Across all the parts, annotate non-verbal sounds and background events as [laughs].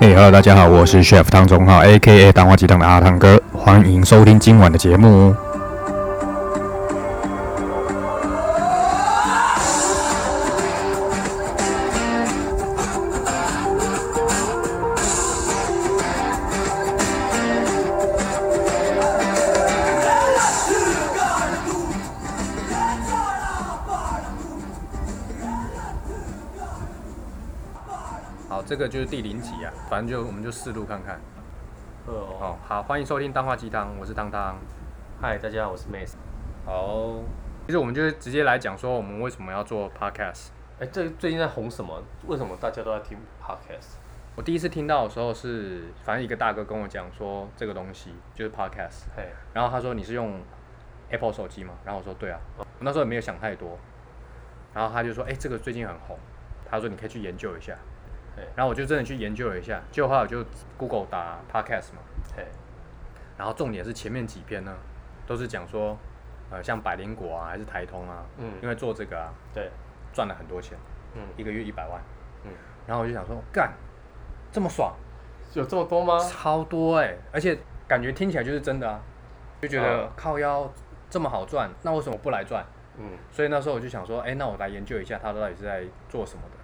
嘿、h e l l o 大家好，我是 Chef 汤中浩，A.K.A 蛋花鸡汤的阿汤哥，欢迎收听今晚的节目哦。好，这个就是第零集啊，反正就我们就试录看看。哦，哦，好，欢迎收听《当话鸡汤》，我是汤汤。嗨，大家好，我是 Mace。好，其实我们就是直接来讲说我们为什么要做 podcast。哎，这最近在红什么？为什么大家都在听 Podcast？我第一次听到的时候是，反正一个大哥跟我讲说这个东西就是 podcast，嘿，然后他说你是用 Apple 手机吗？然后我说对啊，我那时候也没有想太多，然后他就说哎、这个最近很红，他说你可以去研究一下对，然后我就真的去研究了一下，就后来我就 Google 打 podcast 嘛，嘿，然后重点是前面几篇呢，都是讲说，呃，像百灵果啊，还是台通啊，嗯因为做这个啊，对，赚了很多钱，嗯一个月一百万，嗯，然后我就想说，干，这么爽，有这么多吗？超多哎、而且感觉听起来就是真的啊，就觉得啊靠腰这么好赚，那为什么不来赚？嗯，所以那时候我就想说，哎、那我来研究一下他到底是在做什么的。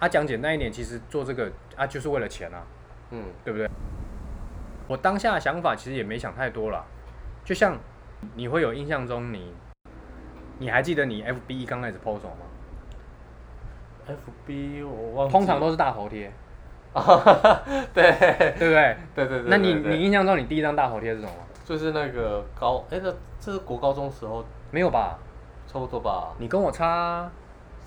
他、讲简单一点，其实做这个啊，就是为了钱啊，嗯，对不对？我当下的想法其实也没想太多啦，就像你会有印象中你，你还记得你 FB 一刚开始 PO 什么吗？ FB 我忘记了通常都是大头贴， [laughs] 对对不对？对对对对，那你对对你印象中你第一张大头贴是什么吗？就是那个高哎，那这是国高中时候没有吧？差不多吧，你跟我差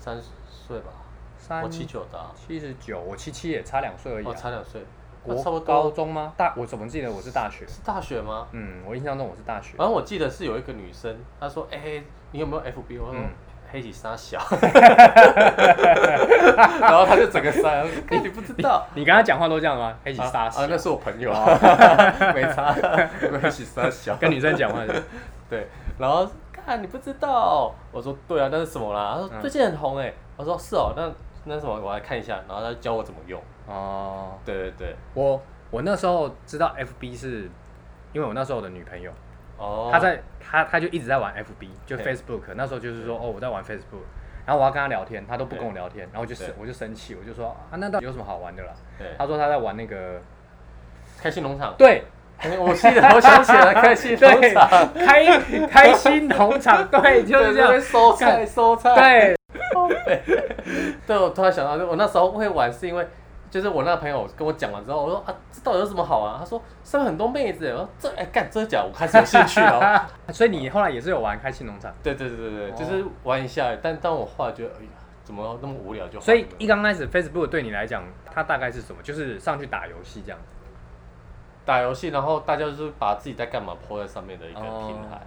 三十岁吧，三我七九的啊，七十九，我七七也差两岁而已、我啊。差两岁，哎那差不我高多中吗？大我怎么记得我是大学？是大学吗？嗯，我印象中我是大学。反正我记得是有一个女生，她说：“哎、你有没有 FB？” 我说嗯：“黑起沙小。” [laughs] 然后她就整个删，你你不知道。你跟他讲话都这样吗？黑起啊杀死、啊，那是我朋友啊， [laughs] 没差，黑起沙小。跟女生讲话的。 [laughs] 对，然后看你不知道，我说对啊，那是什么啦？她说嗯最近很红哎、我说是哦，那那什么我来看一下，然后她就教我怎么用。哦，对对对，我我那时候知道 FB 是因为我那时候的女朋友，哦，她在她她就一直在玩 FB，就对 Facebook。那时候就是说哦我在玩 Facebook，然后我要跟她聊天，她都不对跟我聊天，然后我就生对我就生气，我就说啊那到底有什么好玩的啦？对她说她在玩那个开心农场，对哎我记得我想起 [laughs] 来开心农对场。开开心农场，对就是这 [laughs] 对样，收干菜收菜。对 [laughs] 对，我突然想到，我那时候会玩是因为，就是我那个朋友跟我讲完之后，我说啊，这到底有什么好玩？他说上面很多妹子耶，我说这哎干真的假的？我开始有兴趣了。哦所以你后来也是有玩开心农场， [laughs] 对对对对对，哦就是玩一下，但当我后来觉得，哎呀，怎么那么无聊就换了所以一刚开始 Facebook 对你来讲，它大概是什么？就是上去打游戏这样。打游戏，然后大家就是把自己在干嘛泼在上面的一个哦平台。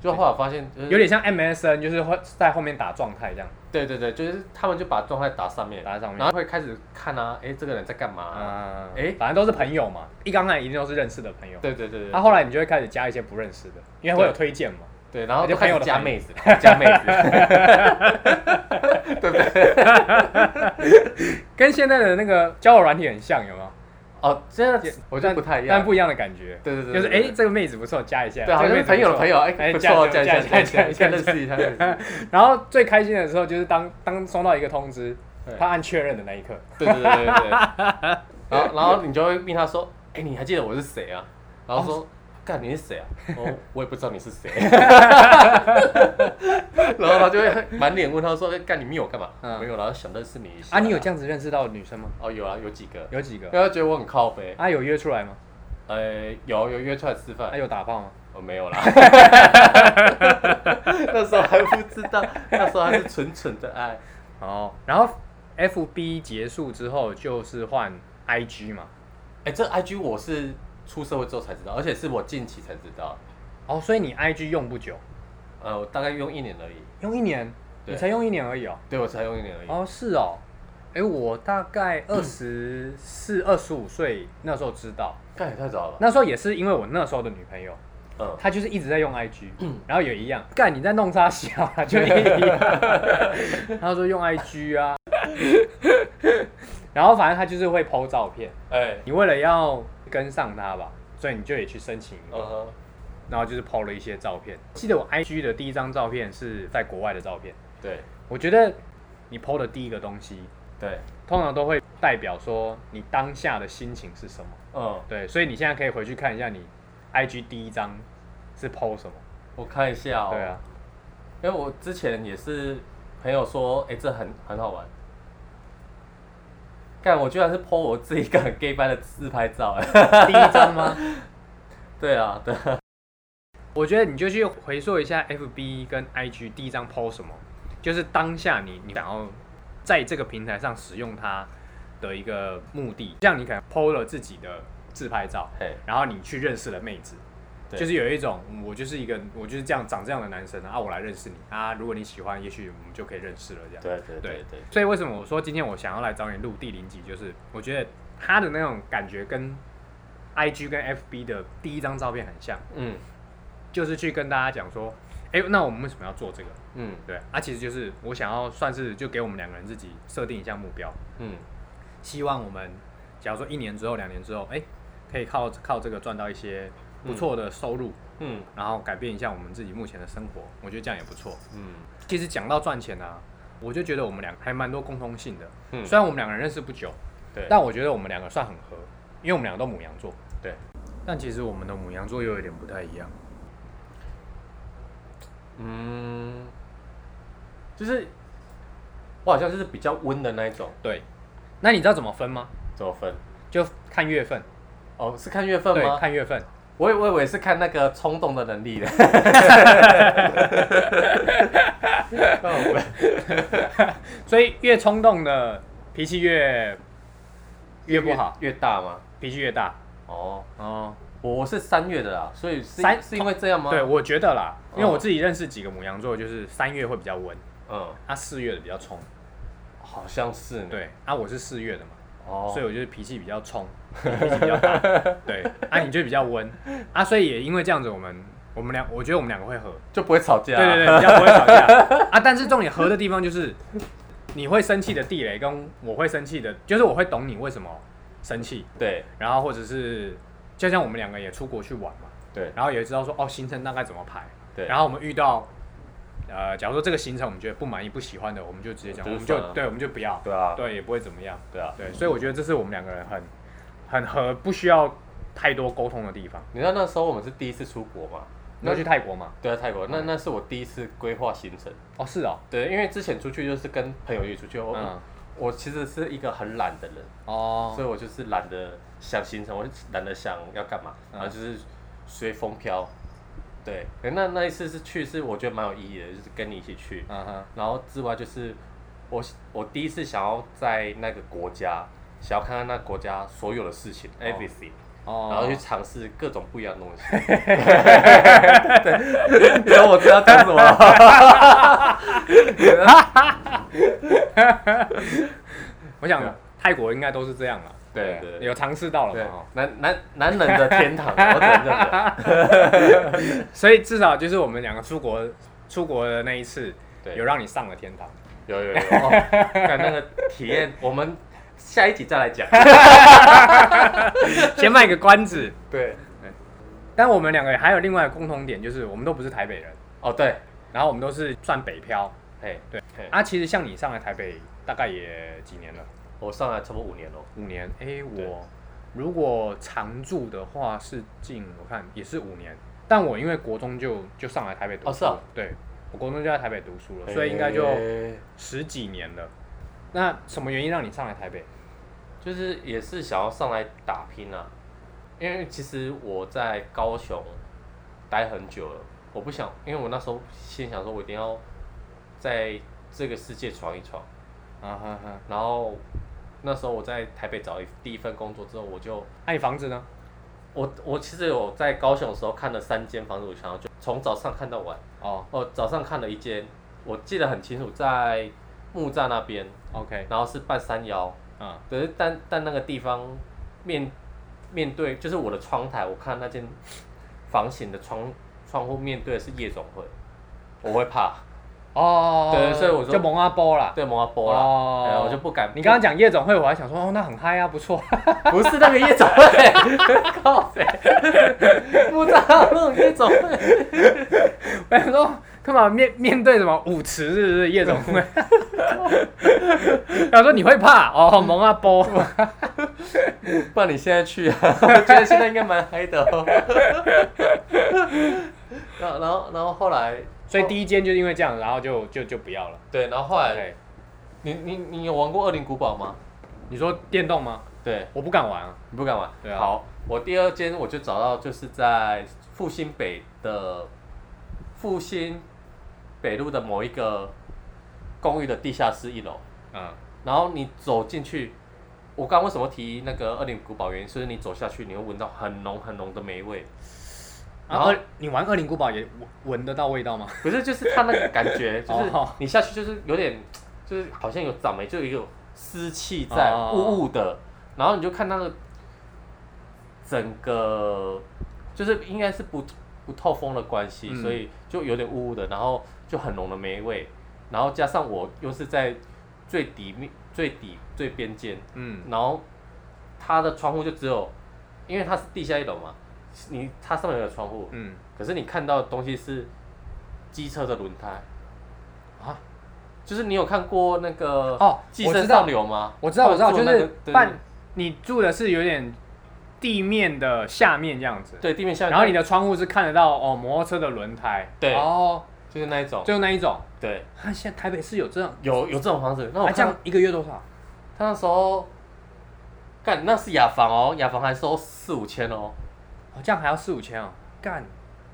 就后来我发现，就是有点像 MSN，就是会在后面打状态这样。对对对，就是他们就把状态打上面，打在上面然后会开始看啊，哎，这个人在干嘛啊、啊，哎、哎反正都是朋友嘛，一刚来一定都是认识的朋友。对对对对，那、啊后来你就会开始加一些不认识的，因为会有推荐嘛。对，然后就就朋开友始的加朋友妹子，加妹子，对不对？跟现在的那个交友软体很像，有没有？哦，这样子我觉但得不太一但样，不一样的感觉。对对对，就是哎、对这个妹子不错，加一下。对，好这个像妹是子朋友不错的朋友，哎，不错，加一下，加一下，先认识一下，认识然后最开心的时候就是当当收到一个通知对，他按确认的那一刻。对对对对对，对然后然后你就会问他说，哎，你还记得我是谁啊？然后说。干你是谁啊？哦，我也不知道你是谁。然后他就会满脸问他说：“哎干你密我干嘛？”嗯没有啦，然后想认识你一下。啊，你有这样子认识到女生吗？哦，有啊，有几个，有几因个？为他觉得我很靠北。啊，有约出来吗？呃，有有约出来吃饭啊，，有打炮吗？我、哦没有啦， [laughs] 那时候还不知道，那时候还是纯纯的爱。哦，然后 FB 结束之后就是换 IG 嘛。哎、这 IG 我是出社会之后才知道，而且是我近期才知道，哦，所以你 IG 用不久，呃，我大概用一年而已，用一年，对你才用一年而已哦。对我才用一年而已。哦，是哦。哎，我大概二十四、 [coughs] 二十五岁那时候知道，干、也太早了吧？那时候也是因为我那时候的女朋友，嗯，她就是一直在用 IG，、然后也一样，干你在弄啥小啊，就一样。她说用 IG 啊， [laughs] 然后反正他就是会 PO 照片，哎，你为了要跟上他吧，所以你就也去申请一个，嗯哼，然后就是 PO 了一些照片。记得我 IG 的第一张照片是在国外的照片，对我觉得你 PO 的第一个东西，对，通常都会代表说你当下的心情是什么。嗯，对，所以你现在可以回去看一下你 IG 第一张是 PO 什么。我看一下哦。对啊， [laughs] 因为我之前也是朋友说，哎、这很很好玩。干，我居然是 po 我自己一个很 gay 班的自拍照， [laughs] 哎，第一张吗？对啊，对，我觉得你就去回溯一下 FB 跟 IG 第一张 PO 什么，就是当下你你想要在这个平台上使用它的一个目的，像你可能 PO 了自己的自拍照，哎，然后你去认识了妹子，对就是有一种嗯我就是一个我就是这样长这样的男生啊，我来认识你啊，如果你喜欢，也许我们就可以认识了这样。对对对对对，所以为什么我说今天我想要来找你录第零集，就是我觉得他的那种感觉跟 IG 跟 FB 的第一张照片很像。嗯就是去跟大家讲说，哎、那我们为什么要做这个？嗯对啊，其实就是我想要算是就给我们两个人自己设定一下目标，嗯，希望我们假如说一年之后、两年之后，哎、可以靠靠这个赚到一些不错的收入，嗯然后改变一下我们自己目前的生活，我觉得这样也不错。嗯其实讲到赚钱啊，我就觉得我们俩还蛮多共通性的，嗯，虽然我们两个人认识不久，对但我觉得我们两个算很合，因为我们两个都母羊座，对，但其实我们的母羊座又有点不太一样。嗯，就是我好像就是比较温的那一种，对，那你知道怎么分吗？怎么分？就看月份，哦，是看月份对，吗？看月份。我以我以为是看那个冲动的 [laughs] 能力的。所以越冲动的脾气越越不好，越大吗？脾气越大。哦，哦，我我是三月的啦，所以是三是因为这样吗？对，，我觉得啦，因为哦我自己认识几个母羊座，就是三月会比较温，嗯，啊四月的比较冲。好像是呢。，对，啊我是四月的嘛，哦，所以我就是脾气比较冲，你脾气比较大。对，啊你就比较温，啊所以也因为这样子，我们我们两，我觉得我们两个会合。就不会吵架。啊对对对，比较不会吵架啊。但是重点合的地方就是，你会生气的地雷跟我会生气的，就是我会懂你为什么生气， [laughs] 对然后或者是就像我们两个也出国去玩嘛，对然后也知道说哦行程大概怎么排，对然后我们遇到。呃，假如说这个行程我们觉得不满意、不喜欢的，我们就直接讲，就我是们就算了对，我们就不要，对啊，对，也不会怎么样，对啊。对，所以我觉得这是我们两个人很很合，不需要太多沟通的地方。你知道那时候我们是第一次出国嘛？你要去泰国吗？对啊，泰国，那那是我第一次规划行程。哦，是哦，对，因为之前出去就是跟朋友约出去，我、嗯，我其实是一个很懒的人，哦，所以我就是懒得想行程，我就懒得想要干嘛，嗯然后就是随风飘。对，可那那一次是去是我觉得蛮有意义的，就是跟你一起去，嗯哼，然后之外就是我我第一次想要在那个国家，想要看看那国家所有的事情、e v e r y t h i n g 哦，然后去尝试各种不一样的东 [laughs] 西。对， [laughs] 然后我知道讲什么了。我想对啊泰国应该都是这样了，对对有尝试到了对 [laughs] 嘛，哦，男男男人的天堂，啊我承认的。 [laughs] 所以至少就是我们两个出国出国的那一次，对，有让你上了天堂。有有有，哦，看那个体验，我们下一集再来讲。 [laughs] 先卖个关子，对，但我们两个还有另外一个共同点，就是我们都不是台北人，哦对，然后我们都是算北漂嘿，对嘿，啊。其实像你上来台北大概也几年了，我上来差不多五年了。五年。哎、对我如果常住的话是近，我看也是五年。但我因为国中就就上来台北读书，哦是哦对，我国中就在台北读书了，所以应该就诶十几年了。那什么原因让你上来台北？就是也是想要上来打拼啊，因为其实我在高雄待很久了，我不想，因为我那时候心想说，我一定要在这个世界闯一闯。啊哈哈，然后那时候我在台北找一第一份工作之后，我就那、啊你房子呢？我我其实有在高雄的时候看了三间房子，我想要就从早上看到晚。哦哦，早上看了一间，我记得很清楚，在木栅那边， ，OK，然后是半山腰，嗯，可是但但那个地方面面对就是我的窗台，我看那间房型的窗窗户面对的是夜总会，我会怕。哦，对所以我说就蒙阿波啦。对摩阿波啦，哦哎我就不敢。你刚刚讲夜总会，我还想说哦，那很嗨啊，不错。 [laughs] 不是那个夜总会， [laughs] 靠谁？不知道那种夜总会。我想说干嘛面面对什么舞池是不是夜总会？ [laughs] 他说你会怕哦，蒙阿 [laughs] 波。不然你现 [laughs] 在去啊？我觉得现在应该蛮嗨的哦。然后，然后，然后后来，所以第一间就是因为这样，然后就就就不要了。对，然后后来，对，你你你有玩过《恶灵古堡》吗？你说电动吗？对，我不敢玩啊。你不敢玩。对啊好，我第二间我就找到，就是在复兴北的复兴北路的某一个公寓的地下室一楼。嗯，然后你走进去，我刚刚为什么提那个二零古堡原因，是你走下去你会闻到很浓很浓的霉味，然然后后啊你玩恶灵古堡也闻闻得到味道吗？不是就是它那个感 [laughs] 觉，就是哦你下去就是有点，就是好像有长霉，就有湿气在哦雾雾的，然后你就看那个整个就是应该是不不透风的关系，嗯所以就有点雾雾的，然后就很浓的霉味，然后加上我又是在最底面最底最边间。嗯，然后它的窗户就只有，因为它是地下一楼嘛，你它上面有个窗户，嗯，可是你看到的东西是机车的轮胎，啊，就是你有看过那个哦寄我知生道上流》吗？我知道，我知道，他就哦们做那个是对半，你住的是有点地面的下面这样子，对地面下面，然后你的窗户是看得到哦，摩托车的轮胎，对哦，就是那一种，就那一种。对，啊，现在台北市有这样，有有这种房子，那我啊，这看样一个月多少？他那时候。干，那是雅房哦，雅房还收四五千哦，哦，这样还要四五千哦，干。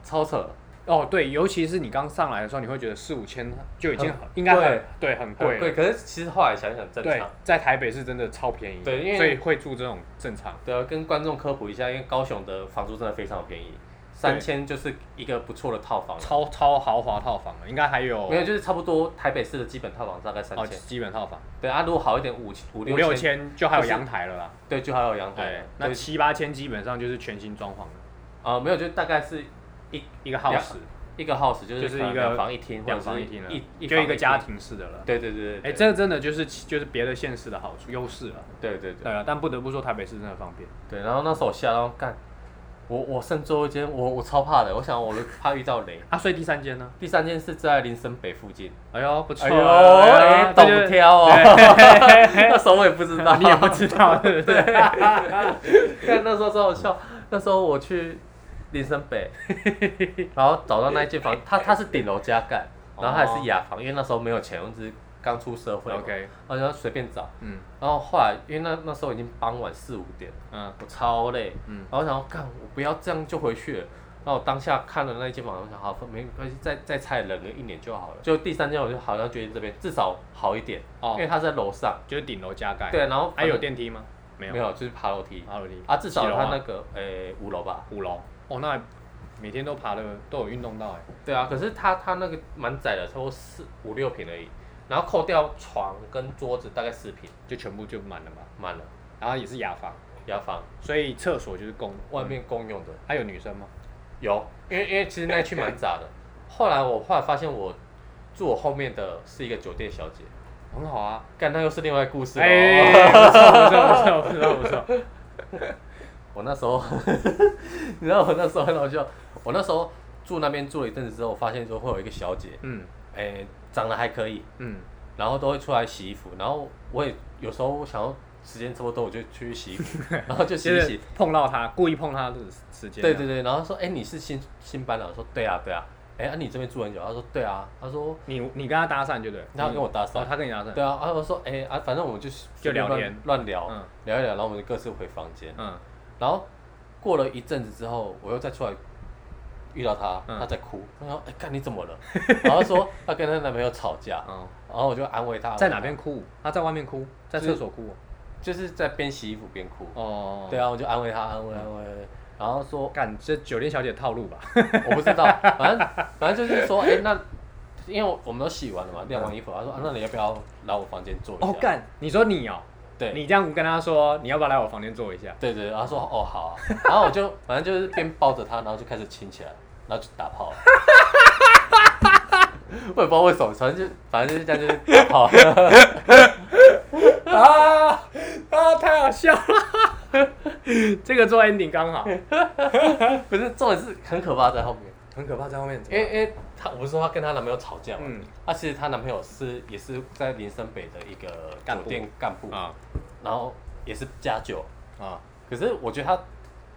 超扯，哦，对，尤其是你刚上来的时候，你会觉得四五千就已经很很应该贵很对很贵很了，贵。可是其实后来想想正对常，，在台北是真的超便宜，对因为所以会住这种正常。对啊，跟观众科普一下，因为高雄的房租真的非常便宜，三千就是一个不错的套房，超超豪华套房了，应该还有没有就是差不多台北市的基本套房大概三哦，千、基本套房对啊，如果好一点五千五五六千，千就还有就是阳台了啦。对，就还有阳台对了，。那对七八千基本上就是全新装潢的啊、没有，就大概是一一个 house，一个 house 就是就是可能一个两房一厅，两或者房是一厅了，一就一个家房厅。庭式的了。对对对对，哎，这个真的就是就是别的县市的好处优势了。对对对对啊，但不得不说台北市真的方便。对。然后那时候我吓到干，我我剩最后一间，我我超怕的，我想我怕遇到雷。啊，所以第三间呢？第三间是在林森北附近，哎呦，不错哎啊，呦，哎哎呦，懂挑哦， [laughs] 那时候我也不知道， [laughs] 你也不知道，对不对？ [laughs] 看那时候超好笑，那时候我去林森 [laughs] 北，然后找到那一间房，它它是顶楼加盖，然后它也是雅房，因为那时候没有钱，我只是刚出社会嘛 OK，然后就随便找，嗯然后后来因为那那时候已经傍晚四五点，嗯我超累，嗯然后我想要干，我不要这样就回去了。然后我当下看了那一间房，我想好，没关系，再再再忍个一年就好了。就第三间，我就好像决定这边至少好一点，因为哦，它在楼上。就是顶楼加盖。，对，然后还有电梯吗？没没有，有，就是爬楼梯爬楼梯啊，至少几楼它啊那个诶五楼吧，五楼。哦，那每天都爬的都有运动到哎。对啊，可是它它那个蛮窄的，差不多四五六平而已，然后扣掉床跟桌子大概四平，就全部就满了嘛，满了。然后也是雅房，雅房所以厕所就是公外面公用的还有女生吗？有，因为因为其实那一区蛮杂的。后来我后来发现我住我后面的是一个酒店小姐， [laughs] 很好 [laughs] 啊，干那又是另外一个故事了哎，[laughs] 哦。不错不错不错不错不错，我那时候， [laughs] 你知道我那时候很好笑，我那时候住那边住了一阵子之后，我发现说会有一个小姐，嗯哎、长得还可以，嗯，然后都会出来洗衣服，然后我也有时候想要时间差不多，我就去洗衣 [laughs] 服，然后就洗就一是洗。碰到他，故意碰他的时间，啊对对，对，然后说，哎，你是新新班长？我说对啊对啊。哎，啊你这边住很久？他说对啊。他说你你跟他搭讪就对了，他跟我搭哦讪。他跟你搭讪，对啊，啊我说哎啊，反正我们就就聊天乱乱聊嗯，聊一聊，然后我们就各自回房间。嗯然后过了一阵子之后，我又再出来遇到她，嗯她在哭。她说哎，干你怎么了？ [laughs] 然后说她跟她男朋友吵架，哦，然后我就安慰她。在哪安慰她边？哭？他在外面哭，在就是厕所哭就是在边洗衣服边哭。哦，对啊，我就安慰她，安慰安慰，然后说干这酒店小姐套 [laughs] 路吧，我不知道， [laughs] 反正反正就是说，哎、那因为我们都洗完了嘛，晾完衣服，他说、啊，那你要不要来我房间坐一下？哦干，你说你哦，对，你这样跟他说你要不要来我房间坐一下，对对，然后说哦好、啊，然后我就反正就是边抱着他，然后就开始亲起来，然后就打炮。 [laughs] 我也不知道为什么，反正就反正就是这样，就是好。 [laughs] 啊 [laughs] 啊！太好笑了， [laughs] 这个做 ending 刚好， [laughs] 不是重点是很可怕在后面，很可怕，在后面怎因么为了？因为她我不是说她跟她男朋友吵架嘛，嗯她、其实她男朋友是也是在林森北的一个干酒部店干部，啊然后也是家酒，啊，可是我觉得他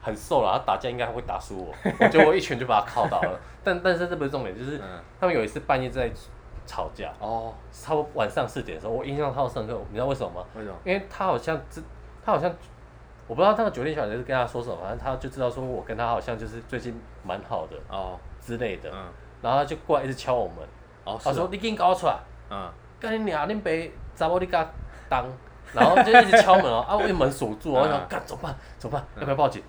很瘦了，他打架应该会打输我，我觉得我一拳就把他靠倒 [laughs] 了。但但是这不是重点，就是嗯他们有一次半夜在吵架，哦，差不多晚上四点的时候，我印象超深刻，你知道为什么吗？为什么？因为他好像知，他好像我不知道那个酒店小姐是跟他说什么，反正他就知道说我跟他好像就是最近蛮好的哦，之类的，嗯，然后他就过来一直敲我们，哦，他是说哦你给你搞出来。嗯，干你娘，恁爸查某你敢当，然后就一直敲门 [laughs] 哦，啊，我一门锁住哦，我想干怎么办？怎么办？要不要啊报警？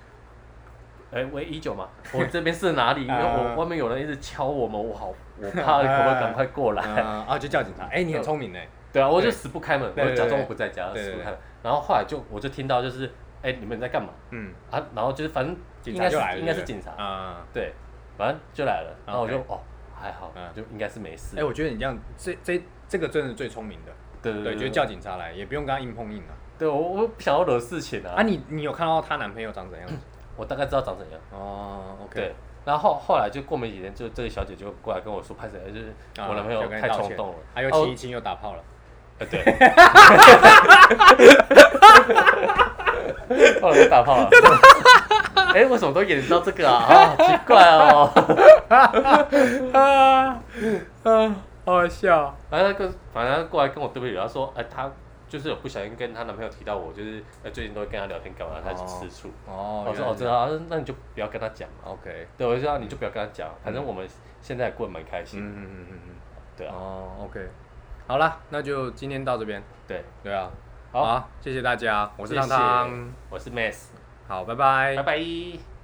哎、喂一 [laughs] 九嘛，我这边是哪里？啊因为我外面有人一直敲我们，我好我怕，可不可以赶快过来？嗯啊，就叫警察。 [laughs] 哎，你很聪明呢。 [laughs] 对啊，我就死不开门，我对就假装我不在家，对对死对不开门。然后后来就我就听到就是，哎、你们在干嘛嗯，啊？然后就是反正警应察该是就来了，应该是对不对警察，啊。对，反正就来了。然后我就 OK 哦还好嗯，就应该是没事。哎，我觉得你这样，这这这个真的是最聪明的。对对对，就叫警察来，也不用跟他硬碰硬啊。对我我不想要惹事情啊，你你有看到她男朋友长怎样？我大概知道长怎样。哦，OK，对，然后后来就过没几天，就这个小姐就过来跟我说，拍谁？就是啊我男朋友就跟你太道冲歉动了，还有啊我亲一亲又打炮了。呃对，后来就打炮了。 [laughs] 哎，为什么都演到这个啊？啊，奇怪哦。 [laughs] 啊啊，好笑。反正他跟反正他过来跟我对不起，他说，哎，他就是有不小心跟她男朋友提到我，就是哎最近都会跟她聊天干嘛，她就吃醋。哦，我说哦，知道。道，啊那你就不要跟她讲嘛。 OK，对，我就说啊你就不要跟她讲，反正我们现在也过得蛮开心。嗯嗯嗯嗯对嗯，啊，哦，OK，好啦，那就今天到这边。对，对啊，好啊，谢谢大家，我是谢谢汤汤，我是 Mass，好，拜拜拜。拜。